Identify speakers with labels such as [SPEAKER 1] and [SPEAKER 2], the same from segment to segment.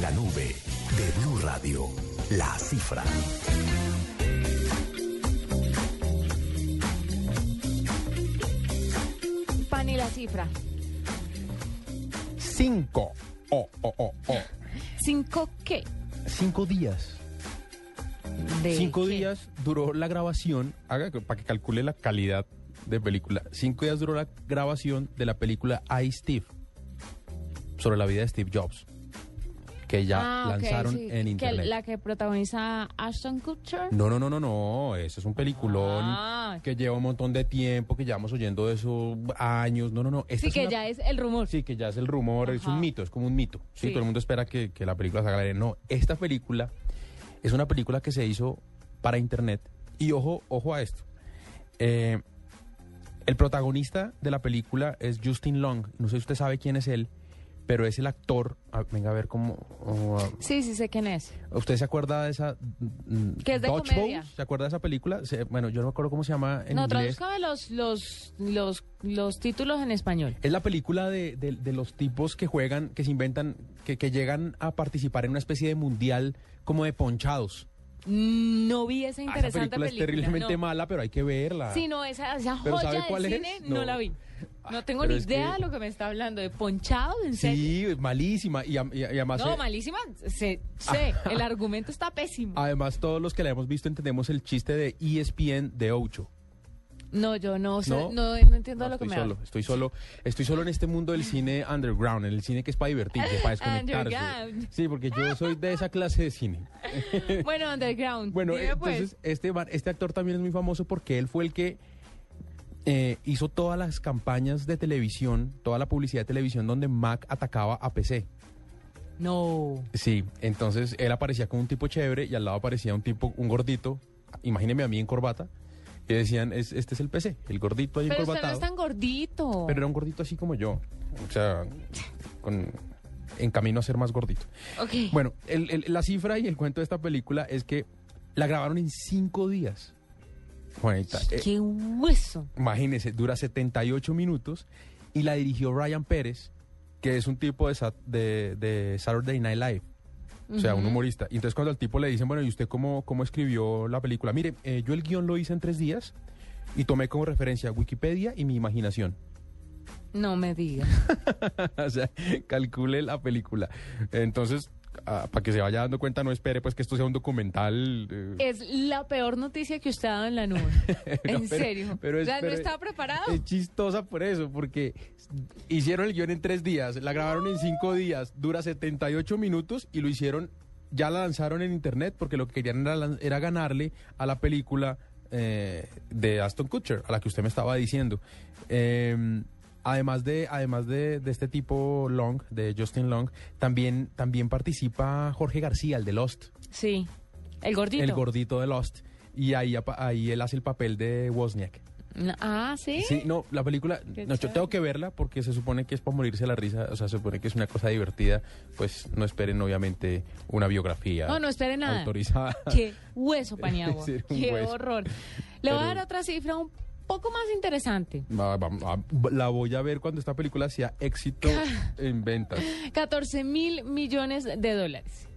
[SPEAKER 1] la nube de Blue Radio, la cifra.
[SPEAKER 2] Pan y la cifra.
[SPEAKER 3] 5 o o o o
[SPEAKER 2] ¿Cinco qué?
[SPEAKER 3] oh, cinco días.
[SPEAKER 2] De
[SPEAKER 3] Cinco
[SPEAKER 2] qué?
[SPEAKER 3] días duró la grabación, haga que- para que calcule la calidad de película. Cinco días duró la grabación de la película I Steve sobre la vida de Steve Jobs, que ya
[SPEAKER 2] Ah, ok,
[SPEAKER 3] lanzaron
[SPEAKER 2] sí,
[SPEAKER 3] en
[SPEAKER 2] que
[SPEAKER 3] internet.
[SPEAKER 2] la que protagoniza Ashton Kutcher.
[SPEAKER 3] No, no, no, no, no. Ese es un peliculón
[SPEAKER 2] Ah.
[SPEAKER 3] que lleva un montón de tiempo, que llevamos oyendo de eso años. No, no, no. esta
[SPEAKER 2] sí,
[SPEAKER 3] es
[SPEAKER 2] que
[SPEAKER 3] una-
[SPEAKER 2] ya es el rumor.
[SPEAKER 3] Sí, que ya es el rumor, es
[SPEAKER 2] Ajá.
[SPEAKER 3] un mito, es como un mito. Sí,
[SPEAKER 2] Sí.
[SPEAKER 3] todo el mundo espera que, que la película salga al aire. No, esta película es una película que se hizo para internet. Y ojo, ojo a esto. Eh, el protagonista de la película es Justin Long. No sé si usted sabe quién es él, pero es el actor. ah, venga a ver cómo. oh, ah,
[SPEAKER 2] Sí, sí sé quién es.
[SPEAKER 3] ¿Usted se acuerda de esa. mm,
[SPEAKER 2] Que es de
[SPEAKER 3] Dodgeball?
[SPEAKER 2] comedia.
[SPEAKER 3] ¿Se acuerda de esa película? Se- bueno, yo no me acuerdo cómo se llama en
[SPEAKER 2] no,
[SPEAKER 3] inglés.
[SPEAKER 2] tradúzcame los, los, los, los títulos en español.
[SPEAKER 3] Es la película de, de- de los tipos que juegan, que se inventan, que, que llegan a participar en una especie de mundial como de ponchados.
[SPEAKER 2] No vi esa
[SPEAKER 3] Ah, Esa
[SPEAKER 2] interesante
[SPEAKER 3] película es terriblemente
[SPEAKER 2] no.
[SPEAKER 3] mala, pero hay que verla.
[SPEAKER 2] Sí, no, esa, esa
[SPEAKER 3] Pero
[SPEAKER 2] joya
[SPEAKER 3] ¿sabe
[SPEAKER 2] del
[SPEAKER 3] cuál es?
[SPEAKER 2] cine no.
[SPEAKER 3] No.
[SPEAKER 2] la vi. No
[SPEAKER 3] Ah,
[SPEAKER 2] tengo
[SPEAKER 3] pero
[SPEAKER 2] ni
[SPEAKER 3] es que-
[SPEAKER 2] idea de lo que me está hablando. ¿De ponchado? ¿En serio?
[SPEAKER 3] Sí, malísima. Y, am- y- y además,
[SPEAKER 2] No,
[SPEAKER 3] eh,
[SPEAKER 2] malísima. Sé,
[SPEAKER 3] Ah.
[SPEAKER 2] sé. El argumento está pésimo.
[SPEAKER 3] además, todos los que la hemos visto entendemos el chiste de E ESPN de Ocho.
[SPEAKER 2] No, yo no sé. No,
[SPEAKER 3] No.
[SPEAKER 2] no, entiendo
[SPEAKER 3] No,
[SPEAKER 2] lo que
[SPEAKER 3] estoy
[SPEAKER 2] me
[SPEAKER 3] solo,
[SPEAKER 2] habla.
[SPEAKER 3] estoy solo, estoy solo en este mundo del cine underground, en el cine que es para divertirse, para desconectarse.
[SPEAKER 2] Underground.
[SPEAKER 3] Sí, porque yo soy de esa clase de cine.
[SPEAKER 2] Bueno, Underground.
[SPEAKER 3] Bueno,
[SPEAKER 2] dime, pues.
[SPEAKER 3] entonces este, man- este actor también es muy famoso porque él fue el que eh, hizo todas las campañas de televisión, toda la publicidad de televisión donde Mac atacaba a PC.
[SPEAKER 2] pues. No.
[SPEAKER 3] Sí, entonces él aparecía con un tipo chévere y al lado aparecía un tipo, un gordito, imagíneme a mí en corbata, y decían, "Es- este es el PC, el gordito ahí
[SPEAKER 2] Pero usted no
[SPEAKER 3] encorbatado.
[SPEAKER 2] es tan gordito.
[SPEAKER 3] Pero era un gordito así como yo, o sea, con- en camino a ser más gordito.
[SPEAKER 2] Ok.
[SPEAKER 3] Bueno, el- el- la cifra y el cuento de esta película es que la grabaron en cinco días. Juanita, eh,
[SPEAKER 2] Qué hueso.
[SPEAKER 3] imagínese, dura 78 minutos y la dirigió Ryan Pérez, que es un tipo de, Sa- de- de Saturday Night Live. O sea, un humorista. Y entonces cuando al tipo le dicen, bueno, ¿y usted cómo, cómo escribió la película? Mire, eh, yo el guión lo hice en tres días y tomé como referencia Wikipedia y mi imaginación.
[SPEAKER 2] No me diga.
[SPEAKER 3] o sea, calcule la película. Entonces, ah, para que se vaya dando cuenta, no espere pues que esto sea un documental. eh,
[SPEAKER 2] Es la peor noticia que usted ha dado en la nube.
[SPEAKER 3] no,
[SPEAKER 2] en
[SPEAKER 3] pero-
[SPEAKER 2] serio.
[SPEAKER 3] pero
[SPEAKER 2] o
[SPEAKER 3] es-
[SPEAKER 2] sea,
[SPEAKER 3] pero
[SPEAKER 2] no
[SPEAKER 3] es-
[SPEAKER 2] estaba preparado.
[SPEAKER 3] Es chistosa por eso, porque hicieron el guión en tres días, la grabaron en cinco días, dura 78 minutos y lo hicieron, ya la lanzaron en internet porque lo que querían era, lan- era ganarle a la película eh, de Aston Kutcher, a la que usted me estaba diciendo. Eh, además de, además de, de este tipo Long, de Justin Long, también, también participa Jorge García, el de Lost,
[SPEAKER 2] Sí. El gordito.
[SPEAKER 3] el gordito de Lost, y ahí, apa- ahí él hace el papel de Wozniak.
[SPEAKER 2] No, Ah, ¿sí?
[SPEAKER 3] Sí, no, la película,
[SPEAKER 2] Qué
[SPEAKER 3] no, yo
[SPEAKER 2] chévere.
[SPEAKER 3] tengo que verla porque se supone que es para morirse la risa, o sea, se supone que es una cosa divertida, pues no esperen obviamente una biografía.
[SPEAKER 2] No, no esperen nada.
[SPEAKER 3] Autorizada.
[SPEAKER 2] Qué hueso, Paniagua.
[SPEAKER 3] Sí, un
[SPEAKER 2] Qué
[SPEAKER 3] hueso.
[SPEAKER 2] horror. Le voy a
[SPEAKER 3] Pero-
[SPEAKER 2] dar otra cifra un poco más interesante.
[SPEAKER 3] Va- va- va- La voy a ver cuando esta película sea éxito en ventas.
[SPEAKER 2] 14 mil millones de dólares.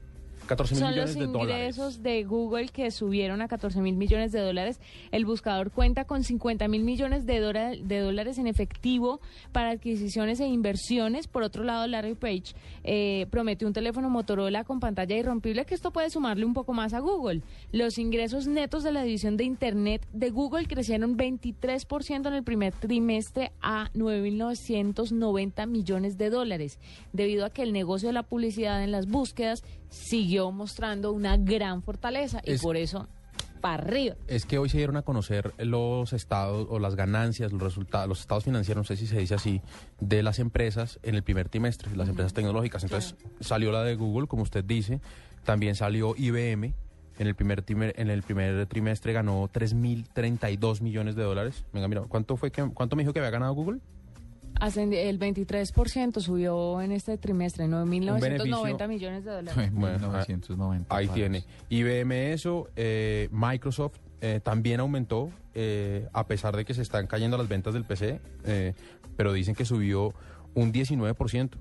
[SPEAKER 3] 14 mil
[SPEAKER 2] Son los
[SPEAKER 3] millones de dólares.
[SPEAKER 2] ingresos de Google que subieron a 14 mil millones de dólares. El buscador cuenta con 50 mil millones de, dora- de dólares en efectivo para adquisiciones e inversiones. Por otro lado, Larry Page eh, prometió un teléfono Motorola con pantalla irrompible que esto puede sumarle un poco más a Google. Los ingresos netos de la división de Internet de Google crecieron 23% en el primer trimestre a 9.990 millones de dólares, debido a que el negocio de la publicidad en las búsquedas siguió mostrando una gran fortaleza y
[SPEAKER 3] Es-
[SPEAKER 2] por eso para arriba.
[SPEAKER 3] Es que hoy se dieron a conocer los estados o las ganancias, los resultados, los estados financieros, no sé si se dice así, de las empresas en el primer trimestre, las empresas tecnológicas. Entonces salió la de Google, como usted dice, también salió IBM. En el, primer timer- en el primer trimestre ganó 3.032 millones de dólares. Venga, mira, ¿cuánto, fue que, ¿cuánto me dijo que había ganado Google?
[SPEAKER 2] Ascendi- El 23% subió en este trimestre, 9.990
[SPEAKER 3] beneficio-
[SPEAKER 2] millones de dólares.
[SPEAKER 4] Fue
[SPEAKER 3] Bueno,
[SPEAKER 4] 1990.
[SPEAKER 3] Ahí
[SPEAKER 4] palos.
[SPEAKER 3] tiene. IBM eso, eh, Microsoft eh, también aumentó, eh, a pesar de que se están cayendo las ventas del PC, eh, pero dicen que subió un 19%.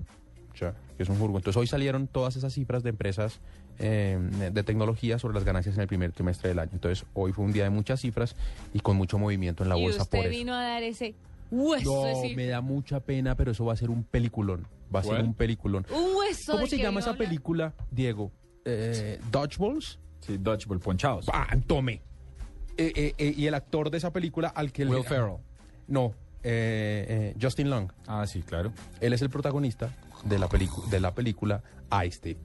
[SPEAKER 3] O sea, que es un furgo. Entonces hoy salieron todas esas cifras de empresas eh, de tecnología sobre las ganancias en el primer trimestre del año. Entonces hoy fue un día de muchas cifras y con mucho movimiento en la
[SPEAKER 2] y
[SPEAKER 3] bolsa
[SPEAKER 2] usted
[SPEAKER 3] por eso.
[SPEAKER 2] vino a dar ese hueso.
[SPEAKER 3] No,
[SPEAKER 2] es decir,
[SPEAKER 3] me da mucha pena, pero eso va a ser un peliculón. Va a ser
[SPEAKER 4] ¿Cuál?
[SPEAKER 3] un peliculón.
[SPEAKER 2] Un hueso.
[SPEAKER 3] ¿Cómo
[SPEAKER 2] del
[SPEAKER 3] se
[SPEAKER 2] que
[SPEAKER 3] llama
[SPEAKER 2] vino a
[SPEAKER 3] esa
[SPEAKER 2] hablar.
[SPEAKER 3] película, Diego? Eh, ¿Dodgeballs?
[SPEAKER 4] Sí, Dodgeball, ponchados.
[SPEAKER 3] ¡Ah, tome! Eh, eh, eh, y el actor de esa película al que... le-
[SPEAKER 4] Will Ferrell.
[SPEAKER 3] No, eh, eh, Justin Long.
[SPEAKER 4] Ah, sí, claro.
[SPEAKER 3] Él es el protagonista de la, pelicu- de la película Ice Steve.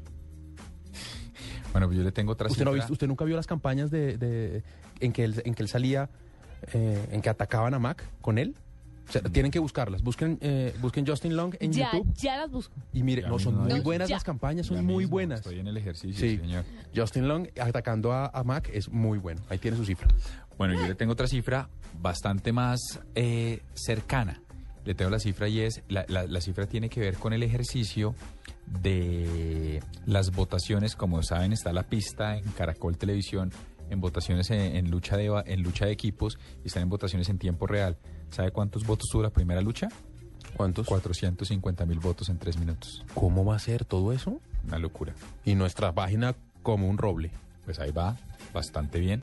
[SPEAKER 4] Bueno, pues yo le tengo otra
[SPEAKER 3] ¿Usted, no ha
[SPEAKER 4] cifra.
[SPEAKER 3] visto- usted nunca vio las campañas de, de- en, que él, en que él salía, eh, en que atacaban a Mac con él? O sea, tienen que buscarlas. Busquen, eh, busquen Justin Long en
[SPEAKER 2] Ya,
[SPEAKER 3] YouTube.
[SPEAKER 2] ya las busco.
[SPEAKER 3] Y mire,
[SPEAKER 4] Ya
[SPEAKER 3] no, son
[SPEAKER 4] mismo,
[SPEAKER 3] muy
[SPEAKER 4] ya.
[SPEAKER 3] buenas
[SPEAKER 2] Ya.
[SPEAKER 3] las campañas,
[SPEAKER 4] Ya
[SPEAKER 3] son muy
[SPEAKER 4] mismo,
[SPEAKER 3] buenas.
[SPEAKER 4] Estoy en el ejercicio,
[SPEAKER 3] Sí.
[SPEAKER 4] señor.
[SPEAKER 3] Justin Long atacando a, a Mac es muy bueno. Ahí tiene su cifra.
[SPEAKER 4] Bueno, yo le tengo otra cifra bastante más eh, cercana. Le tengo la cifra y es, la, la- la cifra tiene que ver con el ejercicio de las votaciones. Como saben, está la pista en Caracol Televisión, en votaciones en, en lucha, de, va- en lucha de equipos y están en votaciones en tiempo real. ¿Sabe cuántos votos tuvo la primera lucha?
[SPEAKER 3] ¿Cuántos?
[SPEAKER 4] 450 mil votos en tres minutos.
[SPEAKER 3] ¿Cómo va a ser todo eso?
[SPEAKER 4] Una locura.
[SPEAKER 3] Y nuestra página como un roble.
[SPEAKER 4] Pues ahí va, bastante bien.